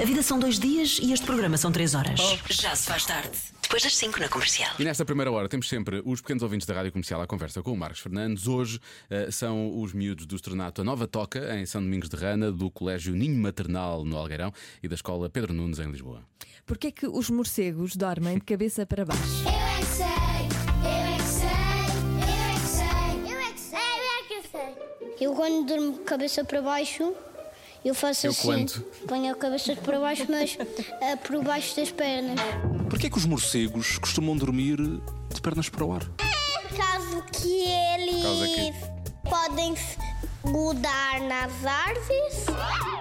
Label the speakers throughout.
Speaker 1: A vida são dois dias e este programa são três horas. Já se faz tarde. Depois das cinco na comercial.
Speaker 2: E nesta primeira hora temos sempre os pequenos ouvintes da Rádio Comercial à conversa com o Marcos Fernandes. Hoje eh, são os miúdos do Estrenato A Nova Toca, em São Domingos de Rana, do Colégio Ninho Maternal, no Algueirão, e da Escola Pedro Nunes, em Lisboa.
Speaker 3: Porquê é que os morcegos dormem de cabeça para baixo?
Speaker 4: Eu é que sei, eu é que sei, eu é que sei, eu é que sei, eu é que sei.
Speaker 5: Eu quando durmo de cabeça para baixo, eu faço
Speaker 2: Eu
Speaker 5: assim.
Speaker 2: quando?
Speaker 5: Ponho a cabeça para baixo, mas eh, por baixo das pernas.
Speaker 6: Porquê é que os morcegos costumam dormir de pernas para o ar?
Speaker 4: Por causa que
Speaker 2: causa
Speaker 4: eles
Speaker 2: que-
Speaker 4: podem se grudar nas árvores.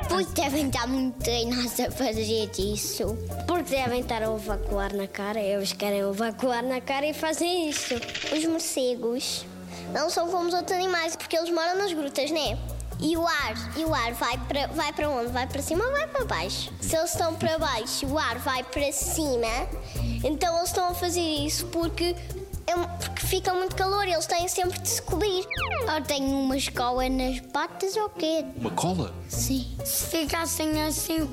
Speaker 4: Pois devem estar muito treinados a fazer isso.
Speaker 5: Porque devem estar a evacuar na cara, eles querem evacuar na cara e fazem isso.
Speaker 4: Os morcegos não são como os outros animais, porque eles moram nas grutas, né? E o ar, e o ar vai para vai para onde? Vai para cima ou vai para baixo? Se eles estão para baixo, o ar vai para cima. Então eles estão a fazer isso porque é um- porque fica muito calor, e eles têm sempre de se cobrir.
Speaker 5: Ou têm uma escola nas patas ou quê?
Speaker 6: Uma cola?
Speaker 5: Sim.
Speaker 4: Se ficassem assim,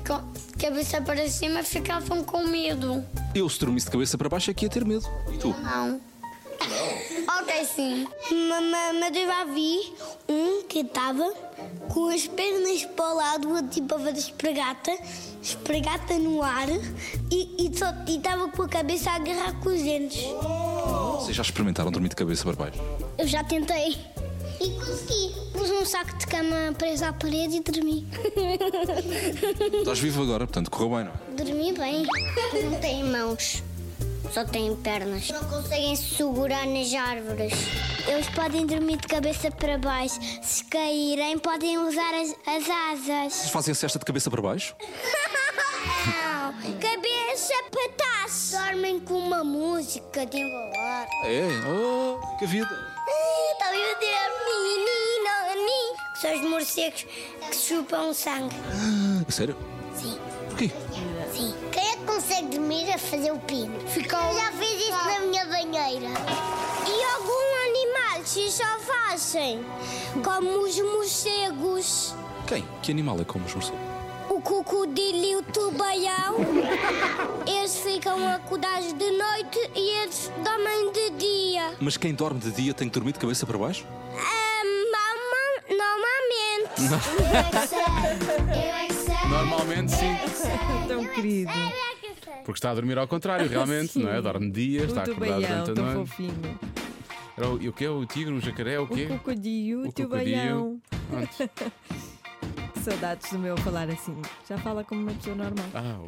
Speaker 4: cabeça para cima, ficavam com medo.
Speaker 6: Eu, se dormisse de cabeça para baixo, é que ia ter medo. E tu?
Speaker 4: Ok, sim. Mas eu já vi um que estava com as pernas para o lado, o outro tipo a fazer espregata, espregata no ar e estava e tava com a cabeça a agarrar com os dentes.
Speaker 6: Vocês já experimentaram dormir de cabeça para baixo?
Speaker 5: Eu já tentei.
Speaker 4: E consegui. Pus um saco de cama preso à parede e dormi.
Speaker 5: Hum.
Speaker 6: Estás vivo agora, portanto, correu bem, não é?
Speaker 4: Dormi bem.
Speaker 5: Não têm mãos, só têm pernas. Não conseguem segurar nas árvores.
Speaker 4: Eles podem dormir de cabeça para baixo. Se caírem, podem usar as, as asas.
Speaker 6: Vocês fazem a cesta de cabeça para baixo?
Speaker 4: Não, cabeça para trás.
Speaker 5: Dormem com uma música de embalar.
Speaker 6: É. Oh, que vida.
Speaker 4: Estão tá a dizer menino, menino.
Speaker 5: São os morcegos que chupam sangue.
Speaker 6: Sério?
Speaker 5: Sim.
Speaker 6: Porquê?
Speaker 5: Sim. Quem é que consegue dormir a fazer o pino? Ficou... Eu já fiz isso na minha banheira.
Speaker 4: E algum animal se selvagem, como os morcegos,
Speaker 6: Quem? Que animal é como os morcegos?
Speaker 4: o crocodilo e o tubarão, eles ficam acordados de noite e eles dormem de dia.
Speaker 6: Mas quem dorme de dia tem que dormir de cabeça para baixo?
Speaker 4: Ah, norma- normalmente. é Eu é que sei,
Speaker 2: Normalmente, sim.
Speaker 3: Tão querido.
Speaker 4: eu é que sei.
Speaker 2: Porque está a dormir ao contrário, realmente,
Speaker 3: Sim.
Speaker 2: não é? Dorme dia, está
Speaker 3: um
Speaker 2: acordado
Speaker 3: tubaião
Speaker 2: durante a
Speaker 3: tão
Speaker 2: noite.
Speaker 3: fofinho.
Speaker 2: Era o, e o que é? O tigre, o jacaré, o quê?
Speaker 3: O cocodinho, o
Speaker 2: crocodilo.
Speaker 3: tubaião.
Speaker 2: Pronto.
Speaker 3: Saudades do meu falar assim. Já fala como uma pessoa normal.
Speaker 2: Ah,